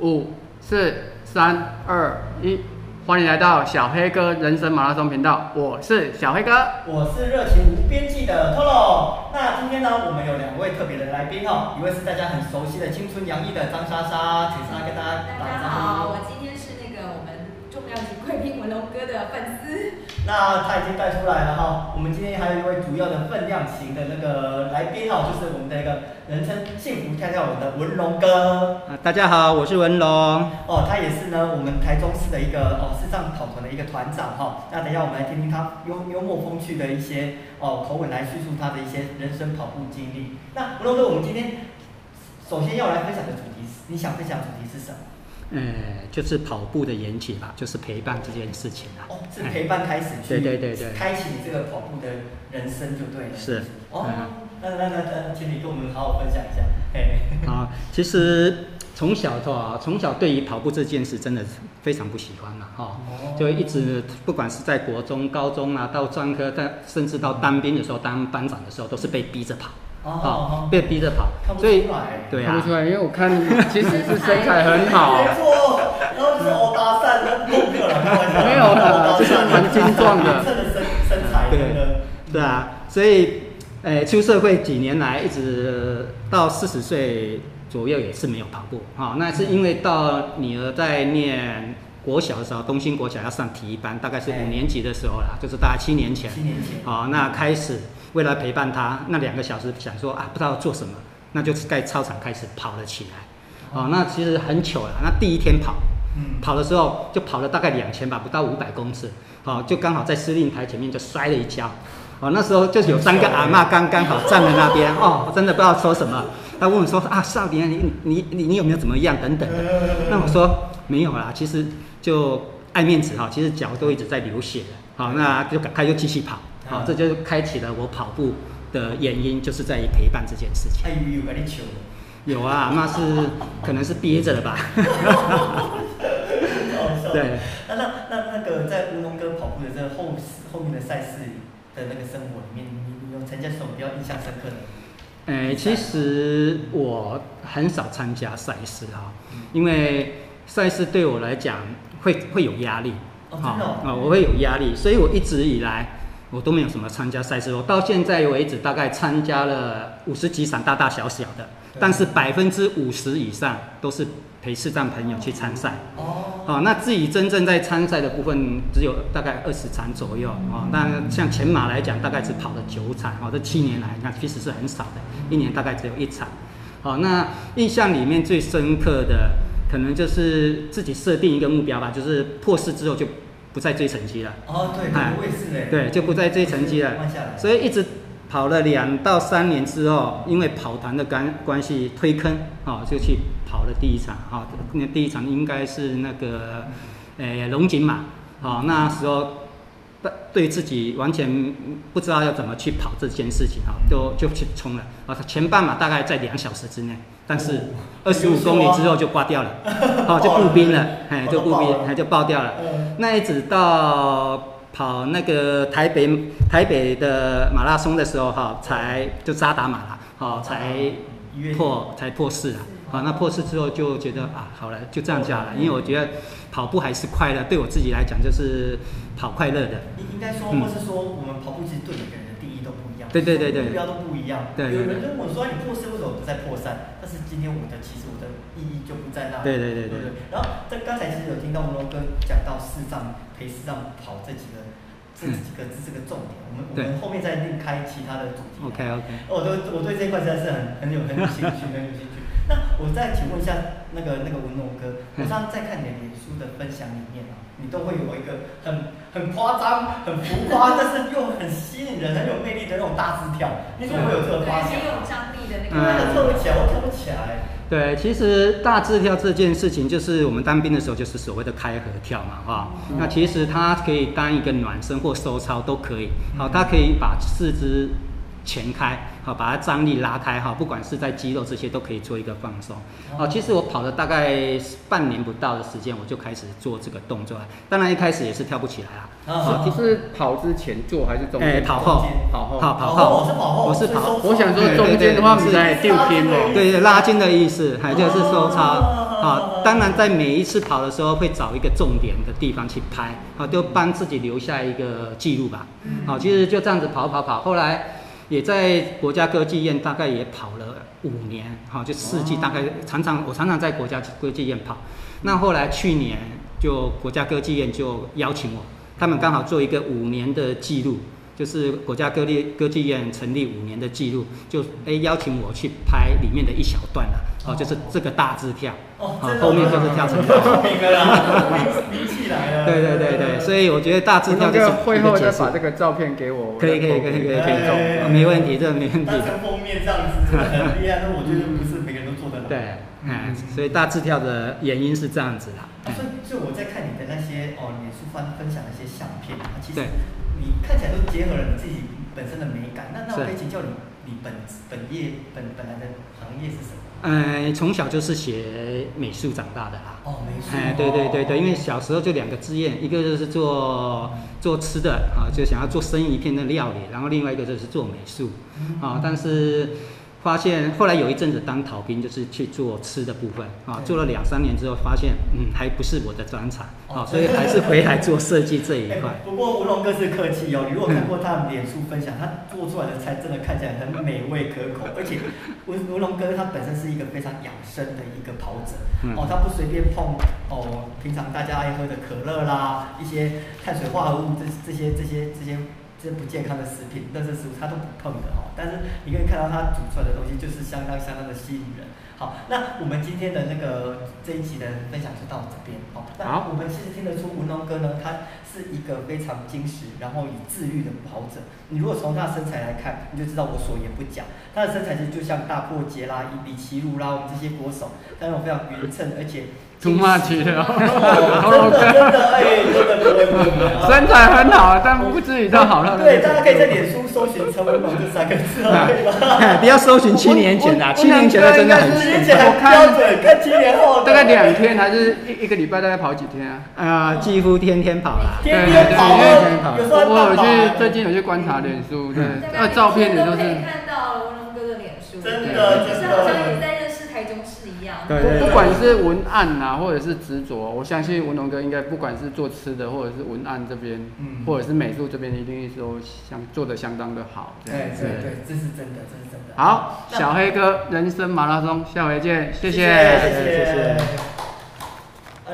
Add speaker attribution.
Speaker 1: 五、四、三、二、一，欢迎来到小黑哥人生马拉松频道，我是小黑哥。
Speaker 2: 我是热情无边际的 Tolo。那今天呢，我们有两位特别的来宾哦，一位是大家很熟悉的青春洋溢的张莎莎，请莎莎跟大家
Speaker 3: 大
Speaker 2: 打个
Speaker 3: 家
Speaker 2: 招
Speaker 3: 好，
Speaker 2: 呼
Speaker 3: 我。今天是那个我们重量级贵宾文龙哥的粉丝。
Speaker 2: 那她已经带出来了哈、我们今天还有一位主要的分量型的那个来宾哦，就是我们的一个人称“幸福跳跳舞”的文龙哥
Speaker 4: 啊，大家好，我是文龙。
Speaker 2: 哦，他也是呢我们台中市的一个哦视障跑团的一个团长哈、那等一下我们来听听他幽幽默风趣的一些哦口吻来叙述他的一些人生跑步经历。那文龙哥，我们今天首先要来分享的主题是，你想分享的主题是什么？
Speaker 4: 呃，就是跑步的缘起吧，就是陪伴这件事情啊。
Speaker 2: 哦，是陪伴开始去，
Speaker 4: 对对对对
Speaker 2: 开启你这个跑步的人生就对了。
Speaker 4: 是
Speaker 2: 哦
Speaker 4: 嗯，
Speaker 2: 那那那那，请你跟我们好好分享一下。嘿，
Speaker 4: 哎啊，其实从小的啊，从小对于跑步这件事真的非常不喜欢了哈、
Speaker 2: 哦
Speaker 4: 就一直不管是在国中、高中啊，到专科，但甚至到当兵的时候，当班长的时候，都是被逼着跑，
Speaker 2: 哦
Speaker 4: 啊
Speaker 2: 哦
Speaker 4: 被逼着跑
Speaker 2: 看，不出
Speaker 4: 所以
Speaker 2: 来。
Speaker 4: 对
Speaker 1: 看
Speaker 4: 啊
Speaker 1: 不出，来，因为我看你其实是身材很好，
Speaker 2: 没错，然后就是欧巴桑，然后够热了，开玩笑
Speaker 1: 没有啦
Speaker 2: 欧巴桑
Speaker 1: 就是蛮精壮的
Speaker 2: 真的身身材真的。
Speaker 4: 对啊，所以，呃，出社会几年来，一直到四十岁左右也是没有跑步啊、那是因为到女儿在念国小的时候，东兴国小要上体育班，大概是
Speaker 2: 哎
Speaker 4: 五年级的时候啦，就是大概七年前。
Speaker 2: 七年前
Speaker 4: 好、那开始为了陪伴她，那两个小时想说啊，不知道做什么，那就在操场开始跑了起来。哦，那其实很糗了。那第一天跑，
Speaker 2: 嗯，
Speaker 4: 跑的时候就跑了大概两千吧，不到五百公尺，好、就刚好在司令台前面就摔了一跤，哦，那时候就有三个阿嬷刚刚好站在那边，哦，我真的不知道说什么，她问我说啊，少年你你你你有没有怎么样等等的，那我说没有啦，其实就爱面子哈、哦其实脚都一直在流血的，好、那就赶快又继续跑，好、这就开启了我跑步的原因，就是在于陪伴这件事情。
Speaker 2: 哎呦，有跟你求。
Speaker 4: 有啊，那是可能是憋着的吧。
Speaker 2: 好笑
Speaker 4: 对。
Speaker 2: 那那那那个在乌龙哥跑步的这个后后面的赛事的那个生活里面，你你有参加什么比较印象深刻的？
Speaker 4: 诶、哎其实我很少参加赛事哈、因为赛事对我来讲会会有压力，
Speaker 2: 哦真的哦
Speaker 4: 啊我会有压力，所以我一直以来我都没有什么参加赛事，我到现在为止大概参加了五十几场大大小小的，
Speaker 2: 对
Speaker 4: 但是百分之五十以上都是陪视障朋友去参赛。
Speaker 2: 哦，
Speaker 4: 啊好、那自己真正在参赛的部分只有大概二十场左右啊、哦。但像全马来讲，大概只跑了九场啊、哦。这七年来，那其实是很少的，一年大概只有一场。好、那印象里面最深刻的，可能就是自己设定一个目标吧，就是破四之后就不再追成绩了，
Speaker 2: 哦，对，
Speaker 4: 哎
Speaker 2: 我也是哎。
Speaker 4: 对，就不再追成绩了
Speaker 2: 慢下来。
Speaker 4: 所以一直跑了两到三年之后，因为跑团的关关系推坑啊、哦，就去跑了第一场啊、哦。那第一场应该是那个呃龙井马啊、哦，那时候对对自己完全不知道要怎么去跑这件事情啊、哦，就就去冲了啊。前半马大概在两小时之内，但是
Speaker 2: 哦
Speaker 4: 二十五公里之后就挂掉了，哦，就步兵了，哎，就步兵，哎，就爆掉了。
Speaker 2: 嗯
Speaker 4: 那一直到跑那个台北台北的马拉松的时候哈、才就扎达马拉，哦，才
Speaker 2: 一月底
Speaker 4: 破才破四啊。好、那破四之后就觉得啊，好了，就这样下来，因为我觉得跑步还是快乐，对我自己来讲就是跑快乐的。
Speaker 2: 应应该说，
Speaker 4: 嗯
Speaker 2: 或是说，我们跑步其实对每个人的定义都不一样，
Speaker 4: 对对对对
Speaker 2: 目标都不一样。
Speaker 4: 对对
Speaker 2: 有人
Speaker 4: 对
Speaker 2: 跟我说哎你破四为什么不在破三？但是今天我的其实我的意义就不在那里。
Speaker 4: 对对对
Speaker 2: 对
Speaker 4: 对
Speaker 2: 不然后在刚才其实有听到龙哥讲到视障陪视障跑这几个这几
Speaker 4: 嗯
Speaker 2: 个这是个重点，我们我
Speaker 4: 对
Speaker 2: 们后面再另开其他的主题。
Speaker 4: OK OK，
Speaker 2: 哦我对我对这一块实在是很很有很有兴趣，很有兴趣。那我再请问一下那个那个文龙哥，我
Speaker 4: 嗯
Speaker 2: 上次在看你的脸书的分享里面啊，你都会有一个很很夸张、很浮夸，但是又很吸引人、很有魅力的那种大字条，你怎么会有这
Speaker 3: 对，
Speaker 2: 个发
Speaker 3: 很
Speaker 2: 现
Speaker 3: 有
Speaker 2: 啊？
Speaker 3: 张力的那
Speaker 2: 因为那
Speaker 3: 个。
Speaker 2: 个跳不起来，我跳不起来。
Speaker 4: 对，其实大字跳这件事情，就是我们当兵的时候，就是所谓的开合跳嘛，哈、
Speaker 2: 嗯
Speaker 4: 那其实它可以当一个暖身或收操都可以，
Speaker 2: 嗯
Speaker 4: 好、它可以把四肢全开，好、把它张力拉开，哈、不管是在肌肉这些都可以做一个放松。
Speaker 2: 哦
Speaker 4: 好、其实我跑了大概半年不到的时间，我就开始做这个动作了。当然一开始也是跳不起来啦，
Speaker 2: 啊
Speaker 1: 是是跑之前做还是中
Speaker 4: 哎、
Speaker 1: 间？
Speaker 4: 跑后
Speaker 2: 中间，
Speaker 1: 跑后
Speaker 4: 跑
Speaker 2: 跑
Speaker 4: 后，
Speaker 2: 后我是跑后
Speaker 4: 我是
Speaker 2: 所以
Speaker 4: 跑
Speaker 2: 说
Speaker 1: 我想说中间的话，你在丢拼哦。
Speaker 4: 对对，拉筋的意思，还就是收操，啊，当然在每一次跑的时候会找一个重点的地方去拍，啊，就帮自己留下一个记录吧。好，啊其实就这样子跑跑跑，后来也在国家歌剧院大概也跑了五年，哈，就四
Speaker 1: 哦
Speaker 4: 季大概常常我常常在国家歌剧院跑。那后来去年就国家歌剧院就邀请我，他们刚好做一个五年的记录，就是国家歌剧歌剧院成立五年的记录，就诶邀请我去拍里面的一小段了，哦，就是这个大字跳，
Speaker 2: 哦，
Speaker 4: 好
Speaker 2: 真的
Speaker 4: 后面就是跳绳
Speaker 2: 太 聪明了啦，名气来了。
Speaker 4: 对对对对，所以我觉得大字
Speaker 1: 那
Speaker 4: 跳就是
Speaker 1: 个
Speaker 4: 一
Speaker 1: 会后
Speaker 4: 个
Speaker 1: 再
Speaker 4: 结束
Speaker 1: 把。这个哎照片给我，
Speaker 4: 可以可以可以可以可以可以，哦没问题，这没问题
Speaker 2: 当
Speaker 4: 的。
Speaker 2: 成封面这样子真的很厉害，但是我觉得不是每个人都做得到。
Speaker 4: 对，
Speaker 1: 嗯
Speaker 4: 哎，所以大字跳的原因是这样子啦。
Speaker 2: 啊所以，所以我在看你的那些哦，脸书翻分享的一些相片啊，其实
Speaker 4: 对
Speaker 2: 你看起来都结合了你自己本身的美感。那那我
Speaker 4: 是
Speaker 2: 可以请教你，你本本业本本来的行业是什么？
Speaker 4: 嗯，从小就是学美术长大的啦。
Speaker 2: 哦，美术。哦
Speaker 4: 哎，对对对对，因为小时候就两个志愿，一个就是做做吃的啊，就想要做生一片的料理，然后另外一个就是做美术
Speaker 1: 嗯
Speaker 4: 啊。但是发现后来有一阵子当逃兵，就是去做吃的部分啊，做了两三年之后发现，嗯，还不是我的专长啊，
Speaker 1: 哦
Speaker 4: 所以还是回来做设计这一
Speaker 2: 哎
Speaker 4: 块。
Speaker 2: 不过吴龙哥是客气哦，你如果看过他的脸书分享，他做出来的菜真的看起来很美味可 口，而且吴吴龙哥他本身是一个非常养生的一个跑者、
Speaker 4: 嗯
Speaker 2: 哦，他不随便碰哦，平常大家爱喝的可乐啦，一些碳水化合物这这些这些这些这不健康的食品、垃圾食物他都不碰的哦。但是你可以看到他煮出来的东西就是相当相当的吸引人。好，那我们今天的那个这一期的分享就到这边哦。那
Speaker 1: 好
Speaker 2: 我们其实听得出吴龙哥呢，他是一个非常精实，然后以自律的跑者。你如果从他的身材来看，你就知道我所言不假。他的身材其实就像大破节啦、以比奇鲁啦，我们这些国手，那种非常匀称，而且
Speaker 1: 出骂去了，
Speaker 2: 哦，真的真的哎，真的不会不会不会。
Speaker 1: 身材很好，但不至于到好到那
Speaker 2: 对，
Speaker 1: 个
Speaker 2: 大
Speaker 1: 程
Speaker 2: 家
Speaker 1: 度
Speaker 2: 可以在脸书搜寻“陈文龙”这三个字啊，可以吧？
Speaker 4: 哎不要搜寻七年前
Speaker 1: 我
Speaker 4: 啦，
Speaker 1: 我
Speaker 4: 七年前的真的很
Speaker 1: 我
Speaker 2: 七年前很标准，跟七年后
Speaker 1: 大概两天还是一一个礼拜，大概跑几天啊？
Speaker 4: 啊，几乎天天跑啦。
Speaker 2: 天天跑
Speaker 1: 对
Speaker 2: 哦，有
Speaker 4: 对对
Speaker 2: 时
Speaker 1: 我
Speaker 2: 候还
Speaker 1: 我有
Speaker 2: 半马
Speaker 1: 去最近有去观察脸书，对
Speaker 4: 嗯，
Speaker 1: 那照片也
Speaker 3: 都
Speaker 1: 都
Speaker 3: 可以
Speaker 1: 是，
Speaker 3: 看到文龙哥的脸书，
Speaker 2: 真
Speaker 1: 的
Speaker 3: 对就是
Speaker 2: 真的
Speaker 3: 好像也在认识台中市一样。
Speaker 4: 对对
Speaker 1: 不
Speaker 4: 对
Speaker 1: 不管是文案啊，或者是执着，我相信文龙哥应该不管是做吃的，或者是文案这边，
Speaker 2: 嗯
Speaker 1: 或者是美术这边，一定是都相做的相当的好。这
Speaker 2: 对
Speaker 1: 样
Speaker 2: 对对，这是真的，这是真的。
Speaker 1: 好，小黑哥人生马拉松，下回见，谢
Speaker 2: 谢谢谢
Speaker 4: 谢谢
Speaker 2: 谢。